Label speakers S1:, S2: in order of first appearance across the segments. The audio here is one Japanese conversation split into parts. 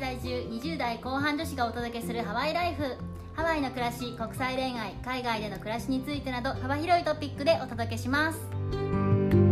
S1: 20代後半女子がお届けするハワイライフハワイの暮らし国際恋愛海外での暮らしについてなど幅広いトピックでお届けします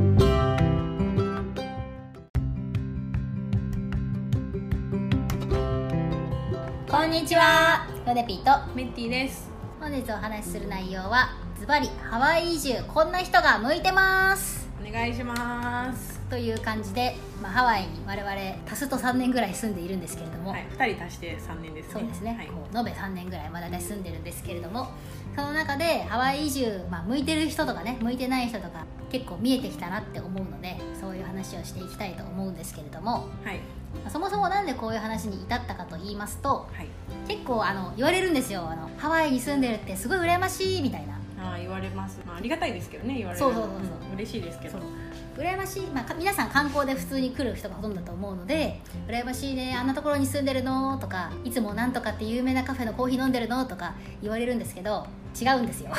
S1: こんにちはヨネピーと
S2: メッティです
S1: 本日お話しする内容はズバリハワイ移住こんな人が向いてます
S2: お願いします
S1: という感じで、まあ、ハワイに我々足すと3年ぐらい住んでいるんですけれども、
S2: はい、2人足して3年ですね
S1: そうですね、
S2: はい、
S1: もう延べ3年ぐらいまだね住んでるんですけれどもその中でハワイ移住、まあ、向いてる人とかね向いてない人とか結構見えてきたなって思うのでそういう話をしていきたいと思うんですけれども、
S2: はい
S1: まあそもそもなんでこういう話に至ったかと言いますと
S2: はい
S1: 結構あの言われるんですよあのハワイに住んでるってすごい羨ましいみたいな
S2: あー言われます、まあ、ありがたいですけどね言われる
S1: そうそうそうそうん
S2: 嬉しいですけど
S1: そう羨ましい、まあ、か皆さん観光で普通に来る人がほとんどだと思うので羨ましいねあんなところに住んでるのとかいつもなんとかって有名なカフェのコーヒー飲んでるのとか言われるんですけど違うんですよ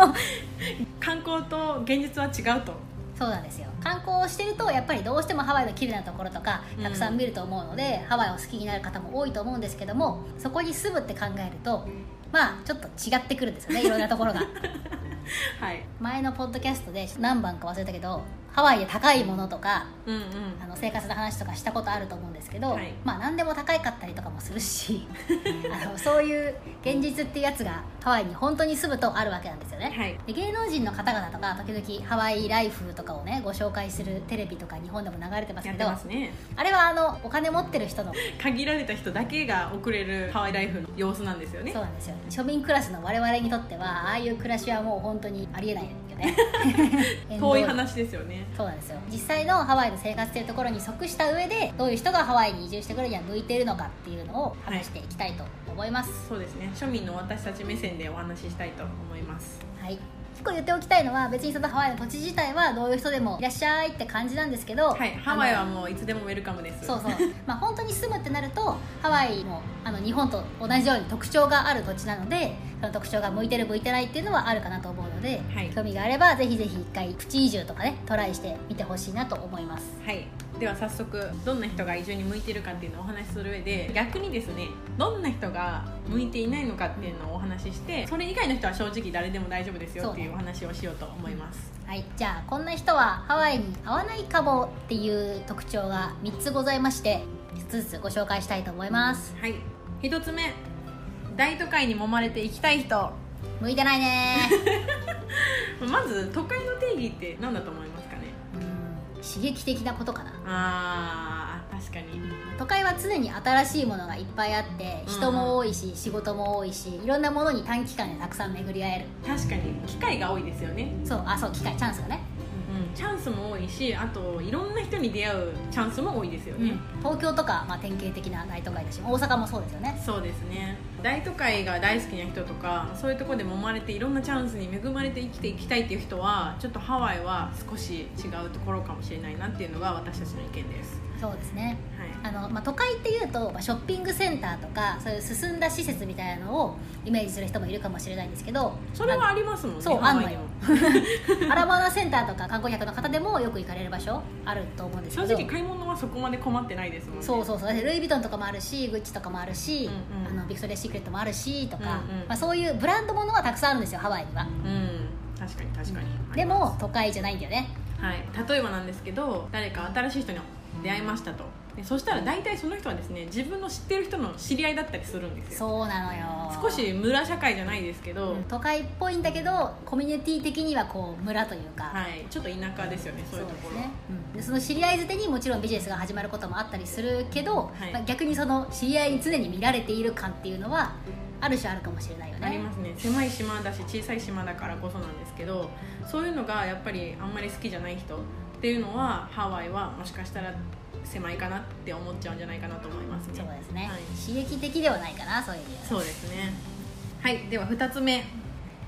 S2: 観光と現実は違うと
S1: そうなんですよ観光をしてるとやっぱりどうしてもハワイの綺麗なところとかたくさん見ると思うので、ハワイを好きになる方も多いと思うんですけどもそこに住むって考えるとまあちょっと違ってくるんですよねいろんなところが
S2: はい
S1: 前のポッドキャストで何番か忘れたけどハワイで高いものとか
S2: うんうん
S1: あの生活の話とかしたことあると思うんですけど、
S2: はい
S1: まあ何でも高いかったりとかもす るしあのそういう現実っていうやつがハワイに本当に住むとあるわけなんですよね、
S2: はい
S1: で芸能人の方々とか時々ハワイライフとかをねご紹介するテレビとか日本でも流れてます
S2: や
S1: け
S2: って
S1: ど
S2: ますね
S1: あれはあのお金持ってる 人の
S2: 限られた人だけが送れるハワイライフの様子なんですよね
S1: そうなんですよ庶民クラスの我々にとってはああいう暮らしはもう本当にありえないよね
S2: 遠い話ですよね
S1: そうなんですよ実際のハワイの生活というところに即した上でどういう人がハワイに移住してくるには向いているのかっていうのを話していきたいと思います
S2: そうですね庶民の私たち目線でお話ししたいと思います
S1: はい結構言っておきたいのは別にそのハワイの土地自体はどういう人でもいらっしゃいって感じなんですけど、
S2: はい
S1: あの
S2: ハワイはもういつでもウェルカムです
S1: そうそう まあ本当に住むってなるとハワイもあの日本と同じように特徴がある土地なのでその特徴が向いてる向いてないっていうのはあるかなと思うので、
S2: はい
S1: 興味があればぜひぜひ一回プチ移住とかねトライしてみてほしいなと思います
S2: はい、では早速どんな人が移住に向いてるかっていうのをお話しする上で逆にですねどんな人が向いていないのかっていうのをお話ししてそれ以外の人は正直誰でも大丈夫ですよっていうお話をしようと思います
S1: はい、じゃあこんな人はハワイに合わないかもっていう特徴が3つございまして1つずつご紹介したいと思います
S2: はい1つ目大都会に揉まれていきたい人
S1: 向いてないね
S2: まず都会の定義って何だと思いますかね
S1: うん刺激的なことかな
S2: あー確かに
S1: 都会は常に新しいものがいっぱいあって人も多いし仕事も多いしいろんなものに短期間でたくさん巡り合える
S2: 確かに機会が多いですよね、
S1: そうあそう機会チャンスがね、
S2: うん、チャンスも多いしあといろんな人に出会うチャンスも多いですよね、
S1: 東京とか、まあ、典型的な大都会だし大阪もそうですよね
S2: そうですね大都会が大好きな人とかそういうとこで揉まれていろんなチャンスに恵まれて生きていきたいっていう人はちょっとハワイは少し違うところかもしれないなっていうのが私たちの意見です、
S1: そうですね
S2: は
S1: あの、まあ、都会っていうと、まあ、ショッピングセンターとかそういう進んだ施設みたいなのをイメージする人もいるかもしれないんですけど
S2: い、それはありますもんね
S1: そう
S2: ハワイでも
S1: あのアラバーナセンターとか観光客の方でもよく行かれる場所あると思うんです
S2: 正
S1: けど
S2: 直買い物はそこまで困ってないですもんね
S1: そうそうそうだってルイ・ヴィトンとかもあるしグッチとかもあるし、
S2: うんうん
S1: あのビクトリア・シークレットもあるしとか、
S2: うんうん
S1: まあ、そういうブランドものはたくさんあるんですよハワイには、
S2: うん確かに確かに、
S1: でも都会じゃないんだよね
S2: はい、例えばなんですけど誰か新しい人に出会いましたとでそしたら大体その人はですね自分の知ってる人の知り合いだったりするんですよ
S1: そうなのよ
S2: 少し村社会じゃないですけど、
S1: うん都会っぽいんだけどコミュニティ的にはこう村というか、
S2: はい、ちょっと田舎ですよね、そういうところ。
S1: ね、うんでその知り合いづてにもちろんビジネスが始まることもあったりするけど、
S2: はい
S1: まあ逆にその知り合いに常に見られている感っていうのはある種あるかもしれないよね
S2: ありますね狭い島だし小さい島だからこそなんですけどそういうのがやっぱりあんまり好きじゃない人っていうのはハワイはもしかしたら狭いかなって思っちゃうんじゃないかなと思いますね
S1: そうですね、
S2: はい
S1: 刺激的ではないかなそういう意味では
S2: そうですねはいでは2つ目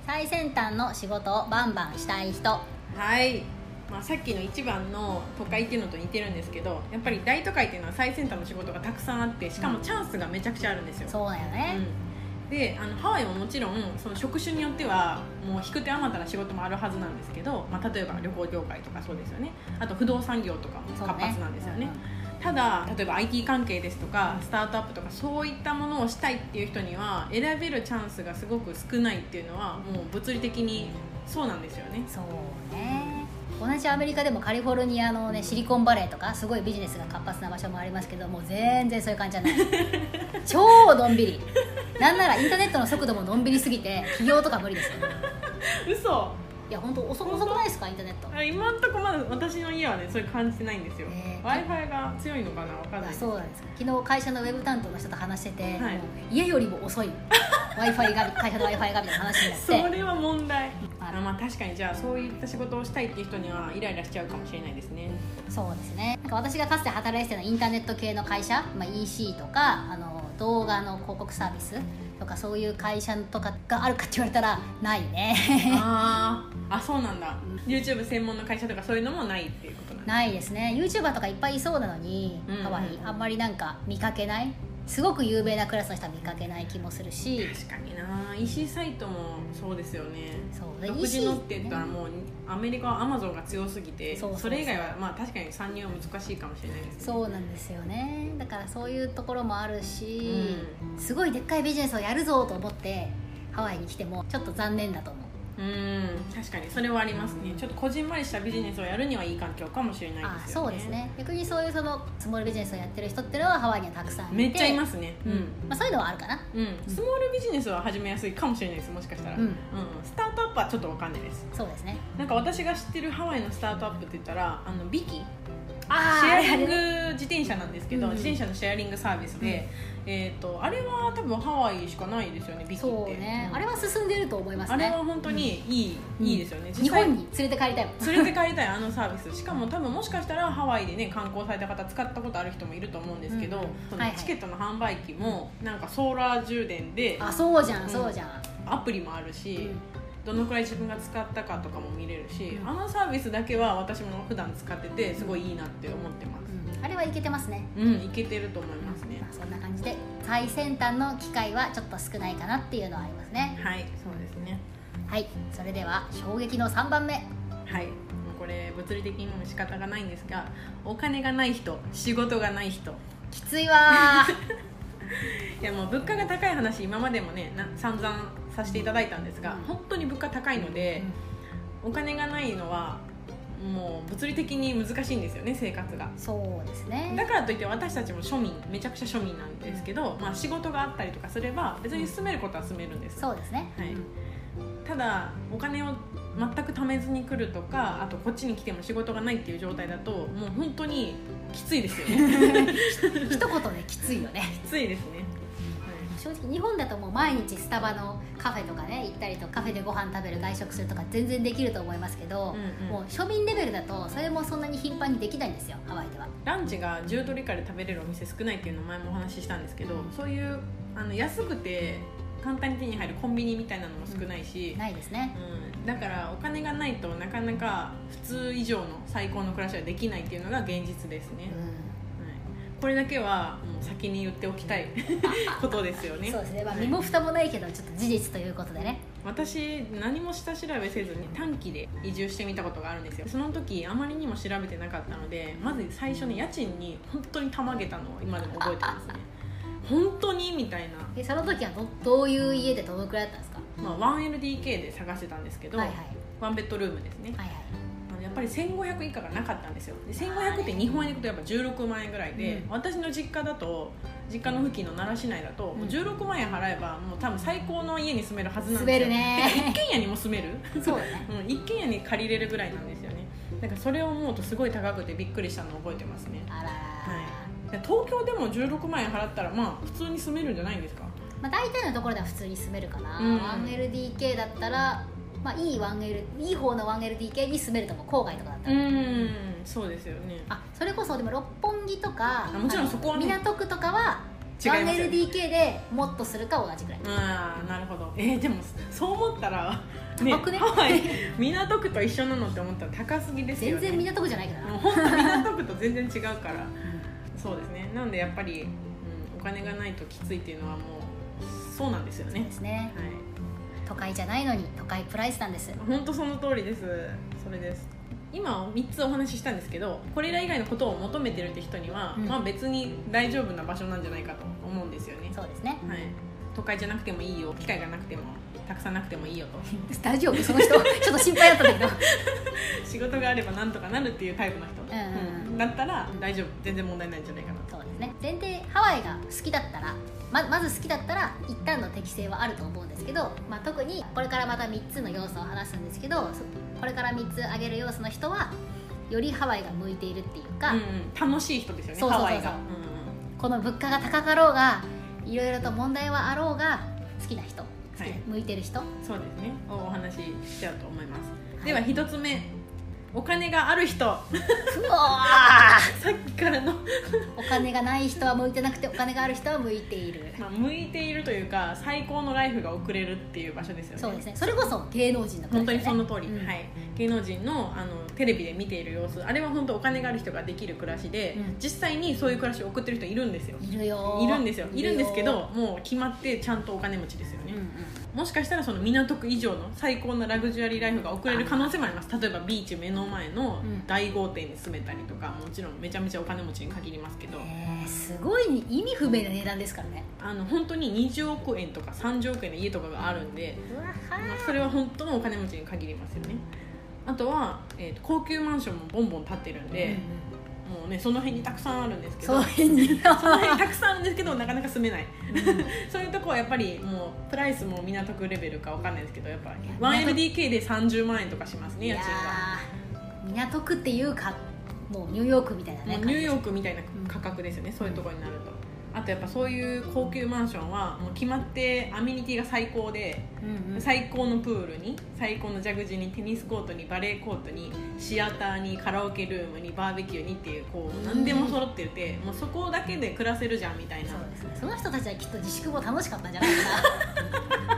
S1: 最先端の仕事をバンバンしたい人
S2: はい、まあ、さっきの1番の都会っていうのと似てるんですけどやっぱり大都会っていうのは最先端の仕事がたくさんあってしかもチャンスがめちゃくちゃあるんですよ
S1: そうだよね、
S2: うんであのハワイももちろんその職種によってはもう引く手あまたな仕事もあるはずなんですけど、まあ、例えば旅行業界とかそうですよねあと不動産業とかも
S1: そう
S2: 活発なんですよね
S1: うんうん
S2: ただ例えば IT 関係ですとかスタートアップとかそういったものをしたいっていう人には選べるチャンスがすごく少ないっていうのはもう物理的にそうなんですよね
S1: そうね同じアメリカでもカリフォルニアの、ね、シリコンバレーとかすごいビジネスが活発な場所もありますけどもう全然そういう 感じじゃない超のんびりなんならインターネットの速度ものんびりすぎて起業とか無理ですよ
S2: 嘘
S1: いや本当遅遅くないですかインターネット
S2: あ今んとこまだ私の家はねそれ感じてないんですよ、
S1: ね
S2: w i f i が強いのかなわかんない
S1: あ
S2: です
S1: そうなんですか昨日会社のウェブ担当の人と話してて、
S2: はい
S1: もう家よりも遅い w i f i が会社の w i f i がみたいな話になって
S2: それは問題
S1: あ
S2: あまあ確かにじゃあそういった仕事をしたいっていう人にはイライラしちゃうかもしれないですね
S1: そうですねなんか私がかつて働いてたインターネット系の会社、まあ、EC とかあの動画の広告サービスとかそういう会社とかがあるかって言われたらないね
S2: あーあそうなんだ YouTube 専門の会社とかそういうのもないっていうことなんだ
S1: ないですね YouTuber とかいっぱいいそうなのに
S2: うん
S1: ハワイあんまりなんか見かけないすごく有名なクラスの人は見かけない気もするし
S2: 確かにな EC サイトもそうですよね
S1: そうで
S2: 独自のって言
S1: EC
S2: ったらもうアメリカはアマゾンが強すぎて
S1: そうそうそう
S2: れ以外はまあ確かに参入は難しいかもしれないですね
S1: そうなんですよねだからそういうところもあるし、すごいでっかいビジネスをやるぞと思ってハワイに来てもちょっと残念だと思う
S2: うん確かにそれはありますねちょっとこじんまりしたビジネスをやるにはいい環境かもしれない
S1: あ
S2: ですよね
S1: そうですね逆にそういうそのスモールビジネスをやってる人っていうのはハワイにはたくさんいて
S2: めっちゃいますね
S1: うんまあ、そういうのはあるかな
S2: うん、スモールビジネスは始めやすいかもしれないですもしかしたら、
S1: うん
S2: スタートアップはちょっとわかんないです
S1: そうですね
S2: なんか私が知ってるハワイのスタートアップって言ったらあのビキ
S1: あ
S2: シェアリン
S1: ン
S2: グ
S1: グ
S2: 自転車なんですけど、
S1: うん
S2: 自転車のシェアリングサービスで、えー、とあれは多分ハワイしかないですよねビキって
S1: そうね、
S2: うん
S1: あれは進んでると思います
S2: あれ
S1: ね
S2: は本当にいい、
S1: うん
S2: いいですよね
S1: 日本に連れて帰りたいもん
S2: 連れて帰りたいあのサービスしかも多分もしかしたらハワイでね観光された方使ったことある人もいると思うんですけど、
S1: うん
S2: そ
S1: は
S2: の
S1: いはい
S2: チケットの販売機もなんかソーラー充電で
S1: あそうじゃ
S2: うんん
S1: そうじゃん、
S2: アプリもあるし、
S1: うん
S2: どのくらい自分が使ったかとかも見れるし、
S1: うん
S2: あのサービスだけは私も普段使っててすごいいいなって思ってます
S1: うんあれはいけてますね
S2: うんいけてると思いますね
S1: まあ、そんな感じで最先端の機会はちょっと少ないかなっていうのはありますね
S2: はいそうですね
S1: はいそれでは衝撃の3番目
S2: はいもうこれ物理的にも仕方がないんですがお金がない人仕事がない人
S1: きつ いわ
S2: いやもう物価が高い話今までもねな散々させていただいたんですが本当に物価高いの
S1: ー
S2: でお金がないのはもう物理的に難しいんですよね生活が
S1: そうです
S2: だ
S1: ね
S2: からといって私たちも庶民めちゃくちゃ庶民なんですけど、まあ、仕事があったりとかすれば別に住めることは住めるんです
S1: そうですね、
S2: はい
S1: うん
S2: ただお金を全く貯めずに来るとかあとこっちに来ても仕事がないっていう状態だともう本当にきついですよ ね
S1: 一言できついよね
S2: きついですね、
S1: 正直日本だともう毎日スタバのカフェとかね行ったりとカフェでご飯食べる外食するとか全然できると思いますけ
S2: は
S1: ど
S2: い、うんうん
S1: もう庶民レベルだとそれもそんなに頻繁にできないんですよハワイでは
S2: ランチが10ドル以下で食べれるお店少ないっていうのを前もお話ししたんですけどそういうあの安くて簡単に手に入るコンビニみたいなのも少ないし、
S1: ないですね
S2: うん、だからお金がないとなかなか普通以上の最高の暮らしはできないっていうのが現実ですね、
S1: う
S2: はい、これだけはもう先に言っておき たいことですよ
S1: ん
S2: ね
S1: そうですね、まあ、身も蓋もないけどちょっと事実ということでね
S2: 私何も下調べせずに短期で移住してみたことがあるんですよその時あまりにも調べてなかったのでまず最初に家賃に本当にたまげたのを今でも覚えて ますね本当にみたいな、
S1: でその時はどどういう家でどのくらいだったんですか
S2: まあ、1LDK で探してたんですけど、
S1: はいはい
S2: ワンベッドルームですね
S1: はいはい
S2: あのやっぱり1500以下がなかったんですよで1500って日本円でいくとやっぱ16万円ぐらいで、
S1: うん
S2: 私の実家だと実家の付近の奈良市内だともう16万円払えばもう多分最高の家に住めるはずなんですよ
S1: 滑るね
S2: 一軒家にも住める、
S1: そうだね
S2: うん、一軒家に借りれるぐらいなんですよねだからそれを思うとすごい高くてびっくりしたのを覚えてますね
S1: あらららら、
S2: はいで東京でも16万円払ったらまあ普通に住めるんじゃないんですか
S1: まあ、大体のところでは普通に住めるかな、
S2: うん
S1: 1LDK だったら、まあ、いい 1L いい方の 1LDK に住めるとこ郊外とかだったら、
S2: んそうですよね
S1: あそれこそでも六本木とか
S2: あもちろんそこはね
S1: あの港区とかは
S2: 違いますよね
S1: 1LDK でもっとするか同じくらい
S2: ああなるほどえー、でもそう思ったら、
S1: 高くね
S2: ハワイ港区と一緒なのって思ったら高すぎですよ
S1: 全
S2: ね
S1: 然港区じゃないけどな、
S2: もう本当港区と全然違うからそうですねなんでやっぱり、うん、お金がないときついっていうのはもうそうなんですよね
S1: ですね
S2: はい
S1: 都会じゃないのに都会プライスなんです
S2: 本当その通りですそれです今3つお話ししたんですけどこれら以外のことを求めてるって人には、
S1: うん
S2: まあ、別に大丈夫な場所なんじゃないかと思うんですよね、
S1: そうですね
S2: はい、都会じゃなくてもいいよ機会がなくてもたくさんなくてもいいよと
S1: 大丈夫そ の人ちょっと心配だったんだけど
S2: 仕事があればなんとかなるっていうタイプの人、
S1: うん
S2: だったら大丈夫全然問題ないんじゃないかなと
S1: そうですね前提ハワイが好きだったらままず好きだったら一旦の適性はあると思うんですけど、まあ、特にこれからまた3つの要素を話すんですけどそこれから3つ挙げる要素の人はよりハワイが向いているっていうか、
S2: うんうん、楽しい人ですよね
S1: そうそうそうそう
S2: ハワイが、うん
S1: この物価が高かろうがいろいろと問題はあろうが好きな人好きな
S2: はい
S1: 向いてる人、は
S2: うんそうですねおお話ししちゃうと思います
S1: い
S2: では1つ目お金がある人 さ
S1: うわ
S2: っきからの
S1: ー お金がない人は向いてなくてお金がある人は向いている
S2: まあ、向いているというか最高のライフが送れるっていう場所ですよね
S1: そうですねそれこそ芸能人の
S2: 本当にその通り、
S1: うん
S2: はい、芸能人のあのテレビで見ている様子あれは本当お金がある人ができる暮らしで、
S1: うん
S2: 実際にそういう暮らしを送ってる人いるんですよ
S1: いるよー
S2: いるんですよいるんですけ
S1: いるよ
S2: どもう決まってちゃんとお金持ちですよ
S1: ー
S2: ね
S1: うん、うん
S2: もしかしたらその港区以上の最高なラグジュアリーライフが送れる可能性もあります例えばビーチ目の前の
S1: うん
S2: 大豪邸に住めたりとかもちろんめちゃめちゃお金持ちに限りますけど、
S1: えーすごい意味不明な値段ですからね
S2: あの本当に20億円とか30億円の家とかがあるんで、
S1: うわ
S2: まあそれは本当のお金持ちに限りますよねあとは、えーと高級マンションもボンボン建ってるんで、もうねその辺にたくさんあるんですけ
S1: そう
S2: ど
S1: いうに
S2: その辺にたくさんあるんですけどなかなか住めないそういうとこはやっぱりもうプライスも港区レベルかわかんないですけどやっぱ 1LDK で30万円とかしますね
S1: い
S2: 家
S1: や
S2: 賃が
S1: ー港区っていうかもうニューヨークみたいな
S2: も
S1: ね
S2: うニューヨークみたいな価格ですよね、そういうところになるとあとやっぱそういう高級マンションはもう決まってアメニティが最高で
S1: うんうん
S2: 最高のプールに最高のジャグジーにテニスコートにバレーコートにシアターにカラオケルームにバーベキューにっていうこう何でも揃ってて、もうそこだけで暮らせるじゃんみたいな
S1: そうですねその人たちはきっと自粛も楽しかったんじゃないか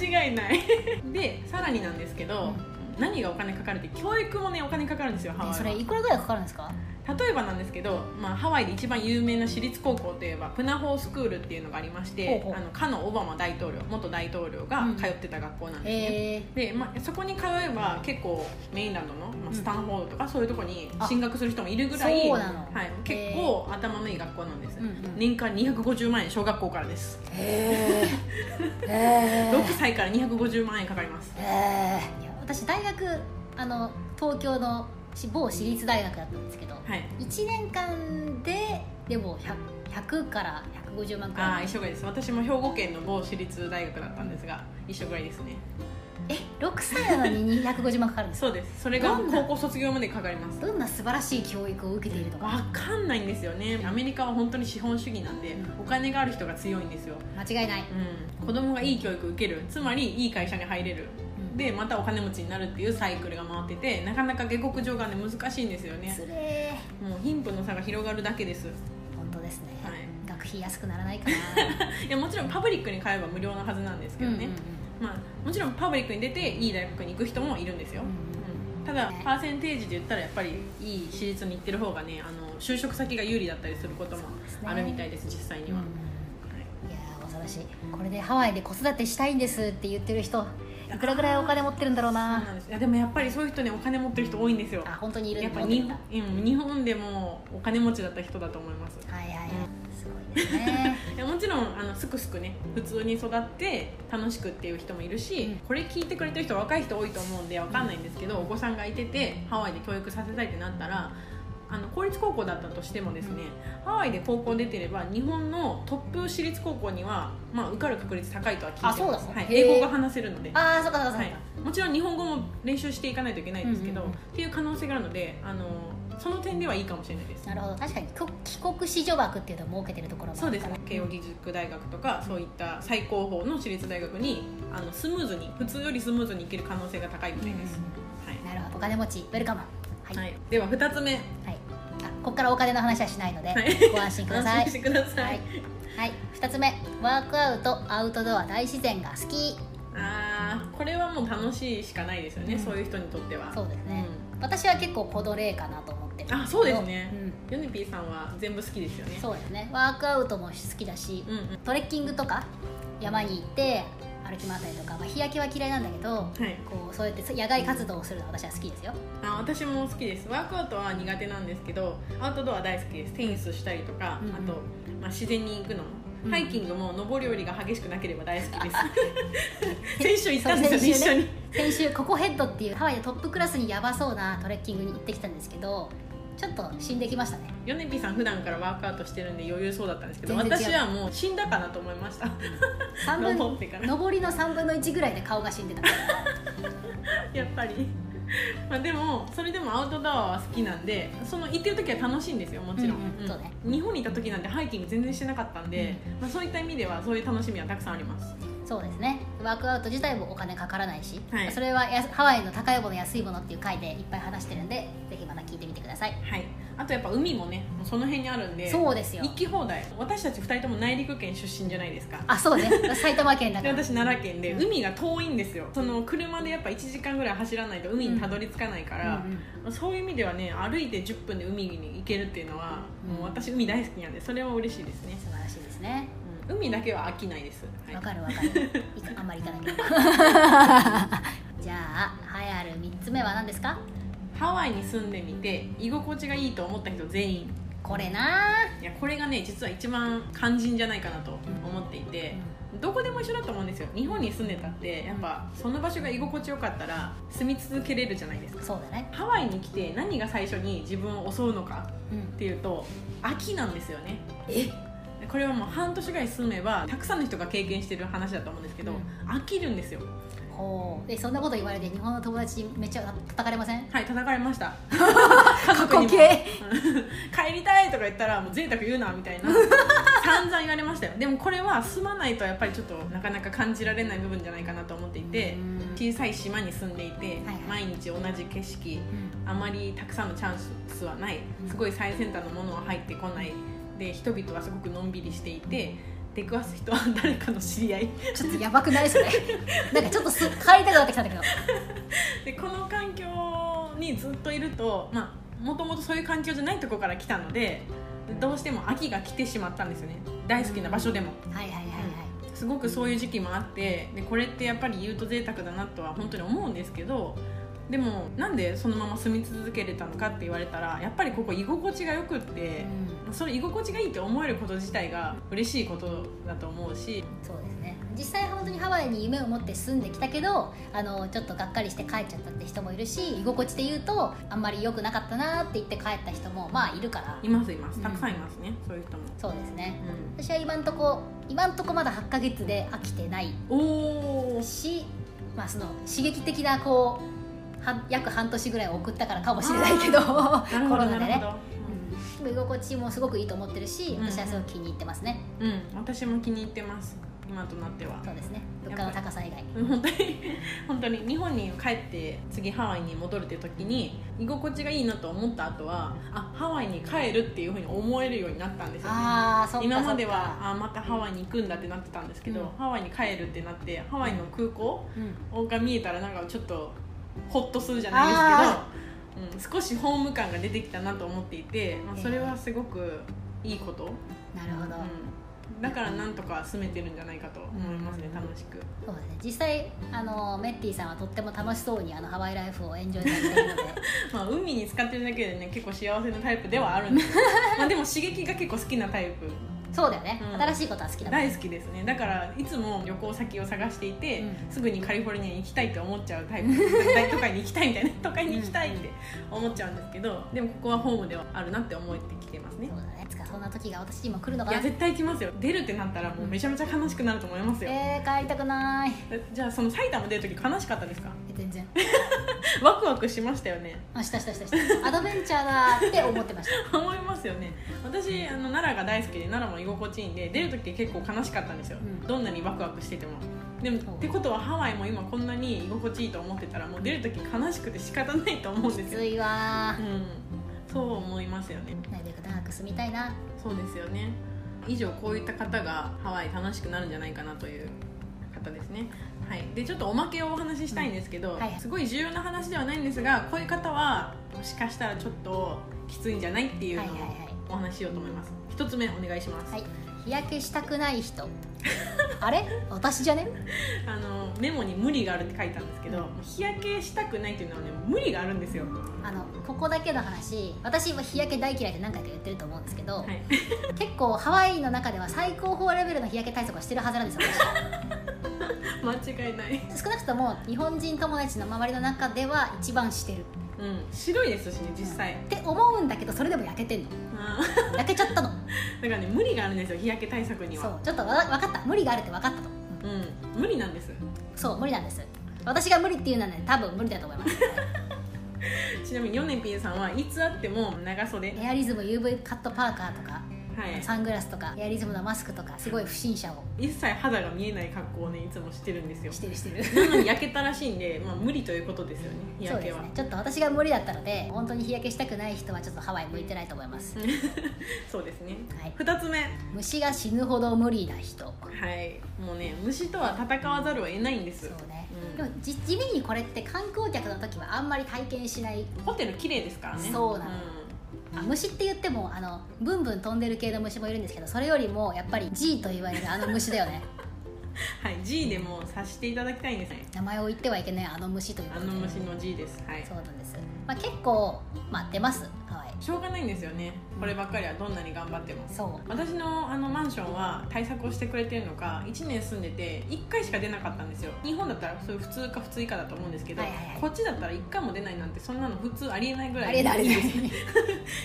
S2: 間違いない でさらになんですけど、何がお金かかるって教育もねお金かかるんですよハ
S1: な、
S2: ワイ
S1: ね
S2: は
S1: それいくらぐらいかかるんですか
S2: 例えばなんですけど、まあ、ハワイで一番有名な私立高校といえばプナホースクールっていうのがありまして
S1: ほうほう
S2: あのかのオバマ大統領元大統領が通ってた学校なんですね、
S1: え
S2: で、まあ、そこに通えば結構メインランドの、まあ、スタンフォードとかそういうとこに
S1: あ
S2: 進学する人もいるぐらい、
S1: そう
S2: は
S1: なの
S2: い、結構頭のいい学校なんです、
S1: うんうん
S2: 年間250万円小学校からです
S1: ー、えー、え
S2: 6歳から250万円かかります
S1: えー、いや私大学あの東京のし某私立大学だったんですけど
S2: はい
S1: 1年間ででも 100, 100から150万く
S2: あ
S1: ら
S2: あ
S1: い
S2: 一緒ぐらいです私も兵庫県の某私立大学だったんですが一緒ぐらいですね
S1: え6歳なのに250万かかるんです
S2: そうですそれが
S1: どんな
S2: 高校卒業までかかります
S1: どんな素晴らしい教育を受けているとか
S2: わかんないんですよねアメリカは本当に資本主義なんでお金がある人が強いんですよ
S1: 間違いない、
S2: うん、子供がいい教育を受けるつまりいい会社に入れる
S1: うん
S2: でまたお金持ちになるっていうサイクルが回っててなかなか下克上がね難しいんですよね
S1: つれー
S2: もう貧富の差が広がるだけです、は
S1: 本当ですね、
S2: い、
S1: 学費安くならないかな
S2: いやもちろんパブリックに買えば無料なはずなんですけどね、まあ、もちろんパブリックに出ていい大学に行く人もいるんですよ、うんただパーセンテージで言ったらやっぱりいい私立に行ってる方がねあの就職先が有利だったりすることもあるみたいです実際には、はい
S1: いやー恐ろしいこれでハワイで子育てしたいんですって言ってる人いくらぐらいお金持ってるんだろ
S2: そ
S1: う
S2: う
S1: な
S2: なんですいやでもやっぱりそういう人ねお金持ってる人多いんですよ
S1: あ本当にいる
S2: やっぱ
S1: 持て
S2: に、
S1: るんだ
S2: うん、日本でもお金持ちだった人だと思います
S1: はいはいはいすごいですね
S2: いやもちろんあのすくすくね普通に育って楽しくっていう人もいるし、
S1: うん
S2: これ聞いてくれてる人若い人多いと思うんでわかんないんですけど、お子さんがいててハワイで教育させたいってなったらあの公立高校だったとしてもですね、ハワイで高校出てれば日本のトップ私立高校には、まあ、受かる確率高いとは聞いてます
S1: あそうなの
S2: はい
S1: へー
S2: 英語が話せるので
S1: ああそうかそうかそう
S2: は
S1: か、
S2: い、もちろん日本語も練習していかないといけないんですけど、
S1: うんうんう
S2: っ
S1: ん
S2: ていう可能性があるのであのその点ではいいかもしれないです
S1: なるほど確かにこ帰国子女枠っていうのを設けてるところも
S2: そ
S1: あ
S2: う
S1: る
S2: です
S1: から
S2: ね慶應義塾大学とかそういった最高峰の私立大学にあのスムーズに普通よりスムーズに行ける可能性が高いみたいです、
S1: なるほどお金持ちウェルカムはい、
S2: は
S1: はいい
S2: では2つ目
S1: あここからお金の話はしないので、
S2: はい
S1: ご安心くだ
S2: 安
S1: さい
S2: 心してください、
S1: はい、はい、2つ目ワークアウトアウトドア大自然が好き
S2: あーこれはもう楽しいしかないですよね、
S1: うん
S2: そういう人にとっては
S1: そうですね、私は結構小奴隷かなと思ってるんけど
S2: あそうですね
S1: うん
S2: うんヨネピーさんは全部好きですよね
S1: そうですねワークアウトも好きだし、
S2: うんうん
S1: トレッキングとか山に行って歩き回ったりとか、まあ、日焼けは嫌いなんだけど
S2: はい
S1: こうそうやって野外活動をするのは私は好きですよ
S2: あ私も好きですワークアウトは苦手なんですけどアウトドア大好きですテニスしたりとか、
S1: うんうん
S2: あと、まあ、自然に行くのも、
S1: うん
S2: ハイキングも上り下りが激しくなければ大好きです 先週行ったん
S1: そう
S2: ですよ、ね、
S1: 先
S2: 一緒
S1: 週
S2: に
S1: 先週ココヘッドっていうハワイでトップクラスにヤバそうなトレッキングに行ってきたんですけどちょっと死んできましたね
S2: ヨネピさん普段からワークアウトしてるんで余裕そうだったんですけど
S1: 全然違う
S2: 私はもう死んだかなと思いました
S1: 三分
S2: 登ってから
S1: 上りの3分の1ぐらいで顔が死んでた
S2: やっぱりまあでもそれでもアウトドアは好きなんでその行ってる時は楽しいんですよもちろん、
S1: うんうんそうね
S2: 日本にいた時なんてハイキング全然してなかったんで、まあ、そういった意味ではそういう楽しみはたくさんあります
S1: そうですねワークアウト自体もお金かからないし、
S2: はい
S1: それはやハワイの高いもの安いものっていう回でいっぱい話してるんでぜひまた聞いてみてください、
S2: はい、あとやっぱ海もねもうその辺にあるんで
S1: そうですよ
S2: 行き放題私たち2人とも内陸県出身じゃないですか
S1: あそうね私埼玉県だか
S2: で
S1: ら
S2: 私奈良県で
S1: うん
S2: 海が遠いんですよその車でやっぱ1時間ぐらい走らないと海にたどり着かないから
S1: うん、うん
S2: そういう意味ではね歩いて10分で海に行けるっていうのは、
S1: うん
S2: もう私海大好きなんでそれは嬉しいですね、
S1: 素晴らしいですね
S2: うん海だけは飽きないです、はい
S1: わかるわかるいかあんまり行か ないけど じゃあ栄えある3つ目は何ですか
S2: ハワイに住んでみて居心地がいいと思った人全員
S1: これなあ
S2: いやこれがね実は一番肝心じゃないかなと思っていて、どこでも一緒だと思うんですよ日本に住んでたってやっぱその場所が居心地よかったら住み続けれるじゃないですか
S1: そうだね
S2: ハワイに来て何が最初に自分を襲うのか
S1: うん
S2: っていうと秋なんですよね
S1: え
S2: これはもう半年ぐらい住めばたくさんの人が経験してる話だと思うんですけど、
S1: うん
S2: 飽きるんですよ
S1: ほうでそんなこと言われて日本の友達めっちゃ叩かれません
S2: はい叩かれました家族にも帰りたいとか言ったらもう贅沢言うなみたいな散々言われましたよでもこれは住まないとやっぱりちょっとなかなか感じられない部分じゃないかなと思っていて、
S1: うん
S2: 小さい島に住んでいて、
S1: はい
S2: 毎日同じ景色
S1: うん
S2: あまりたくさんのチャンスはない
S1: うん
S2: すごい最先端のものは入ってこないで人々はすごくのんびりしていて出くわす人は誰かの知り合い
S1: ちょっとやばくないそれ なんかちょっとす帰りたくなってきたんだけど
S2: でこの環境にずっといるとまあもともとそういう環境じゃないところから来たのでどうしても秋が来てしまったんですよね大好きな場所でも
S1: はいはいはいはい
S2: すごくそういう時期もあってでこれってやっぱり言うと贅沢だなとは本当に思うんですけどでもなんでそのまま住み続けれたのかって言われたらやっぱりここ居心地がよくって
S1: うん
S2: それ居心地がいいって思えること自体が嬉しいことだと思うし
S1: そうですね実際本当にハワイに夢を持って住んできたけどあのちょっとがっかりして帰っちゃったって人もいるし居心地で言うとあんまり良くなかったなって言って帰った人もまあいるから
S2: いますいますたくさんいますね、そういう人も、
S1: そうですね私は今んとこ今んとこまだ8ヶ月で飽きてない
S2: うん、おー
S1: し、まあ、その刺激的なこうは約半年ぐらい送ったからかもしれないけどコ
S2: なるほ
S1: ロ
S2: どなるほ
S1: ナでね
S2: ど、
S1: うんでも居心地もすごくいいと思ってるし
S2: うん
S1: 私はすごく気に入ってますね、
S2: うん、うん、私も気に入ってます今となっては
S1: そうですね物価の高さ以外
S2: 本当に 本当に日本に帰って次ハワイに戻るって時に居心地がいいなと思った後はあハワイに帰るっていうふうに思えるようになったんですよね
S1: ああそっか
S2: 今まで
S1: そっか
S2: はあまたハワイに行くんだってなってたんですけど、
S1: うん
S2: ハワイに帰るってなってハワイの空港
S1: うん
S2: が見えたらなんかちょっとホッとするじゃないですけど、うん、少しホーム感が出てきたなと思っていて、まあ、それはすごくいいこと、
S1: なるほど、
S2: うん、だからなんとか住めてるんじゃないかと思いますね楽しく。
S1: そうですね実際あのメッティさんはとっても楽しそうにあのハワイライフをエンジョイされて いるので
S2: まあ、海に使ってるだけでね結構幸せなタイプではあるん ですけどまあでも刺激が結構好きなタイプ
S1: そうだよね、
S2: うん
S1: 新しいことは好きだもん
S2: 大好きですねだからいつも旅行先を探していて、
S1: うん
S2: すぐにカリフォルニアに行きたいって思っちゃうタイプ絶対都会に行きたいみ たいな都会に行きたいって思っちゃうんですけどでもここはホームではあるなって思ってきてますね
S1: そうだねいつかそんな時が私にも来るの
S2: い
S1: か
S2: や
S1: な
S2: 絶対行きますよ出るってなったらもうめちゃめちゃ悲しくなると思いますよ、
S1: えー、帰りたくない
S2: じゃあその埼玉出る時悲しかったですか
S1: え全然
S2: ワクワクしましたよね
S1: あしたしたしたしたアドベンチャーだって思って ました
S2: 思いますよね私あの奈良が大好きで奈良も居心地いいんで出る時結構悲しかったんですよ、
S1: うん
S2: どんなにワクワクしててもでも
S1: そう
S2: ってことはハワイも今こんなに居心地いいと思ってたらもう出る時悲しくて仕方ないと思うんです
S1: つ
S2: よ、
S1: いわ
S2: う
S1: ー
S2: ん、そう思いますよね
S1: なるべく長く住みたいな
S2: そうですよね以上こういった方がハワイ楽しくなるんじゃないかなという方ですねはい、でちょっとおまけをお話ししたいんですけど、
S1: うんはいはい
S2: すごい重要な話ではないんですがこういう方はもしかしたらちょっときついんじゃないっていうのを
S1: はいはいはい
S2: お話ししようと思います一つ目お願いします、
S1: はい日焼けしたくない人あれ私じゃね
S2: あのメモに「無理がある」って書いたんですけど、
S1: うん
S2: もう日焼けしたくないっていうのはね無理があるんですよ、は
S1: あのここだけの話私は日焼け大嫌いで何回か言ってると思うんですけど、
S2: い、
S1: 結構ハワイの中では最高峰レベルの日焼け対策をしてるはずなんですよ
S2: 間違いない、
S1: 私少なくとも日本人友達の周りの中では一番してる
S2: うん、白いですしね実際、
S1: って思うんだけどそれでも焼けてんの
S2: あー
S1: 焼けちゃったの
S2: だからね無理があるんですよ日焼け対策に
S1: そ
S2: は
S1: うちょっとわ分かった無理があるって分かったと
S2: う、ん、無理なんです
S1: そう無理なんです私が無理っていうのはね多分無理だと思います
S2: ちなみにヨネピンさんはいつあっても長袖はい
S1: エアリズム UV カットパーカーとかサングラスとかエアリズムのマスクとかすごい不審者を
S2: 一切肌が見えない格好をねいつもしてるんですよ
S1: して るしてる
S2: なのに焼けたらしいんで、まあ、無理ということですよね日
S1: そう
S2: 焼
S1: で
S2: け
S1: す
S2: は
S1: ねちょっと私が無理だったので本当に日焼けしたくない人はちょっとハワイ向いてないと思います、
S2: そうですね
S1: はい、
S2: 2つ目
S1: 虫が死ぬほど無理な人
S2: はいもうね虫とは戦わざるを得ないんです
S1: そうね、
S2: うん
S1: でもじ地味にこれって観光客の時はあんまり体験しない
S2: ホテル綺麗ですからね
S1: そうなのあ虫って言ってもあのブンブン飛んでる系の虫もいるんですけどそれよりもやっぱり G と言われるあの虫だよね
S2: うんはい G でもさしていただきたいんですね
S1: 名前を言ってはいけないあの虫というこ
S2: あ
S1: とで
S2: の虫の G ですはい
S1: そうなんです、まあ、結構、まあ、出ますハワイ
S2: しょうがないんですよねこればっかりはどんなに頑張っても
S1: そう
S2: 私のあのマンションは対策をしてくれてるのか1年住んでて1回しか出なかったんですよ日本だったらそういう普通か普通以下だと思うんですけど、
S1: はいはいはい
S2: こっちだったら1回も出ないなんてそんなの普通ありえないぐら
S1: あ
S2: い
S1: れだあれだ
S2: い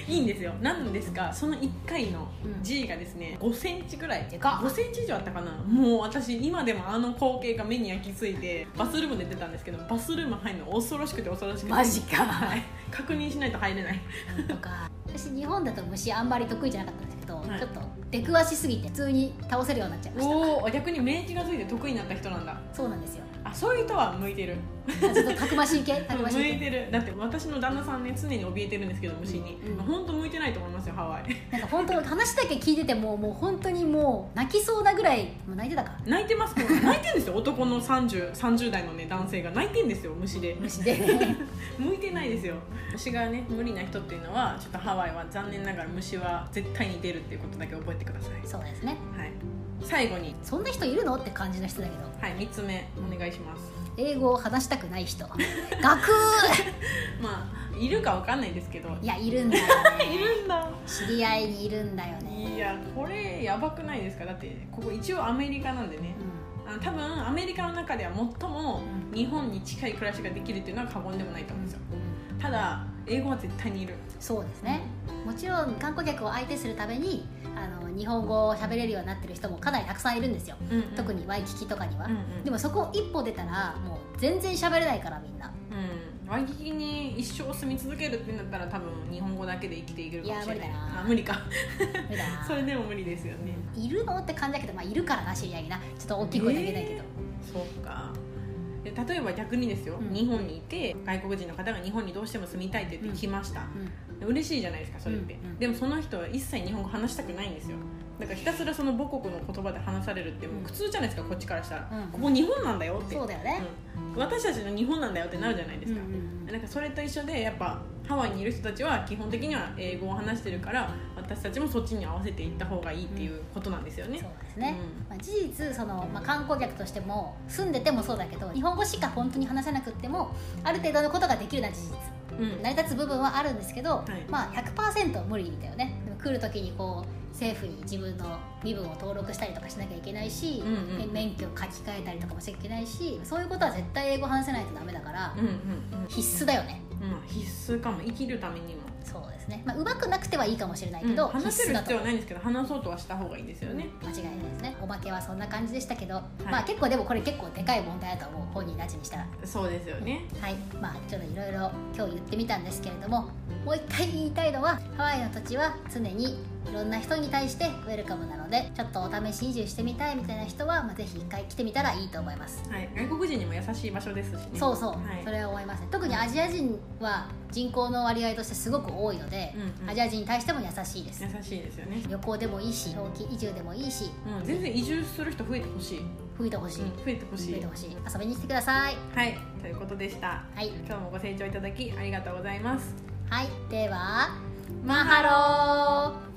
S2: いんですよなんですがその1回の
S1: うん
S2: G がですね5センチぐらい
S1: でかっ
S2: 5センチ以上あったかなもう私今でもあの光景が目に焼き付いてバスルームで出たんですけどバスルーム入るの恐ろしくて恐ろしくて
S1: マジか
S2: はい、確認しないと入れない
S1: とか私日本だと虫あんまり得意じゃなかったんですけど、
S2: はい
S1: ちょっと出くわしすぎて普通に倒せるようになっちゃいました
S2: おお逆に免疫がついて得意になった人なんだ
S1: そうなんですよ
S2: あそういう人は向いてる
S1: ちょっとたくましい系たく
S2: 向
S1: ましい
S2: い
S1: 系
S2: てるだって私の旦那さんね常に怯えてるんですけど虫に、
S1: うん
S2: まあ本当向いてないと思いますよハワイ
S1: なんか本当話だけ聞いててももう本当にもう泣きそうなぐらいもう泣いてたか
S2: 泣いてますけど泣いてるんですよ男の 30, 30代のね男性が泣いてんですよ虫で
S1: 虫で
S2: 向いてないですよ虫がね無理な人っていうのはちょっとハワイは残念ながら虫は絶対に出るっていうことだけ覚えてください、
S1: そうですね
S2: はい、最後に
S1: そんな人いるのって感じの人だけど
S2: はい3つ目お願いします
S1: 英語を話したくない人ガク
S2: まあいるかわかんないですけど
S1: ーいやいるんだよ
S2: いるんだ
S1: 知り合いにいるんだよね、
S2: いやこれやばくないですかだってここ一応アメリカなんでね
S1: う
S2: あの多分アメリカの中では最も
S1: うん
S2: 日本に近い暮らしができるっていうのは過言でもないと思うんですよただ英語は絶対にいる
S1: んそうですねもちろん観光客を相手するためにあの日本語を喋れるようになってる人もかなりたくさんいるんですよ特
S2: に、
S1: にワイキキとかには、
S2: うんうん、
S1: でもそこを一歩出たらもう全然喋れないからみんな
S2: うん、ワイキキに一生住み続けるってなったら多分日本語だけで生きていけるかもしれない
S1: いや無理だな
S2: あ無理か
S1: 無理だな
S2: それでも無理ですよね
S1: いるのって感じだけど、まあ、いるからな知り合いになちょっと大きい声で言えないけど、
S2: そうかで例えば逆にですよ、
S1: うん
S2: 日本にいて外国人の方が日本にどうしても住みたいって言って来ました、で嬉しいじゃないですかそれって、
S1: うんうん
S2: でもその人は一切日本語話したくないんですよだからひたすらその母国の言葉で話されるってもう苦痛じゃないですかこっちからしたら、
S1: うん
S2: ここ日本なんだよ
S1: う
S2: っ
S1: ん、
S2: て
S1: そうだよね、
S2: うん私たちの日本なんだよってなるじゃないですか、
S1: うんうんうん
S2: なんかそれと一緒でやっぱハワイにいる人たちは基本的には英語を話してるから私たちもそっちに合わせていった方がいいっていうことなんですよね
S1: そう、ですね、まあ、事実その、まあ、観光客としても住んでてもそうだけど日本語しか本当に話せなくってもある程度のことができるのは事実
S2: うんうん
S1: 成り立つ部分はあるんですけど、
S2: い
S1: まあ100%無理だよねでも来る時にこう政府に自分の身分を登録したりとかしなきゃいけないし、
S2: うんうん
S1: め免許を書き換えたりとかもしなきゃいけないしそういうことは絶対英語話せないとダメだから、
S2: うん
S1: 必須だよね
S2: うんうん、うん、必須かも生きるためにも、
S1: そうですねまあ上手くなくてはいいかもしれないけ
S2: うん
S1: ど、
S2: 話せ
S1: 必須
S2: る
S1: だと
S2: 必要はないんですけど話そうとはした方がいいですよね、
S1: 間違いないですねおまけはそんな感じでしたけど、
S2: い
S1: まあ結構でもこれ結構でかい問題だと思う本人たちにしたら
S2: そうですよね
S1: はいまあちょっといろいろ今日言ってみたんですけれどももう一回言いたいのはハワイの土地は常にいろんな人に対してウェルカムなのでちょっとお試し移住してみたいみたいな人は、まあ、ぜひ一回来てみたらいいと思います、
S2: はい、外国人にも優しい場所ですしね
S1: そうそう、
S2: はい
S1: それは思いますね特にアジア人は人口の割合としてすごく多いので、
S2: うんうん
S1: アジア人に対しても優しいです
S2: 優しいですよね、
S1: 旅行でもいいし長期移住でもいいし
S2: うん、全然移住する人増えてほしい、うん
S1: 増えてほしい、
S2: 増えてほし
S1: 増え
S2: い
S1: てほしい遊びに来てください
S2: はいということでした
S1: はい
S2: 今日もご清聴いただきありがとうございます
S1: はいではマハロー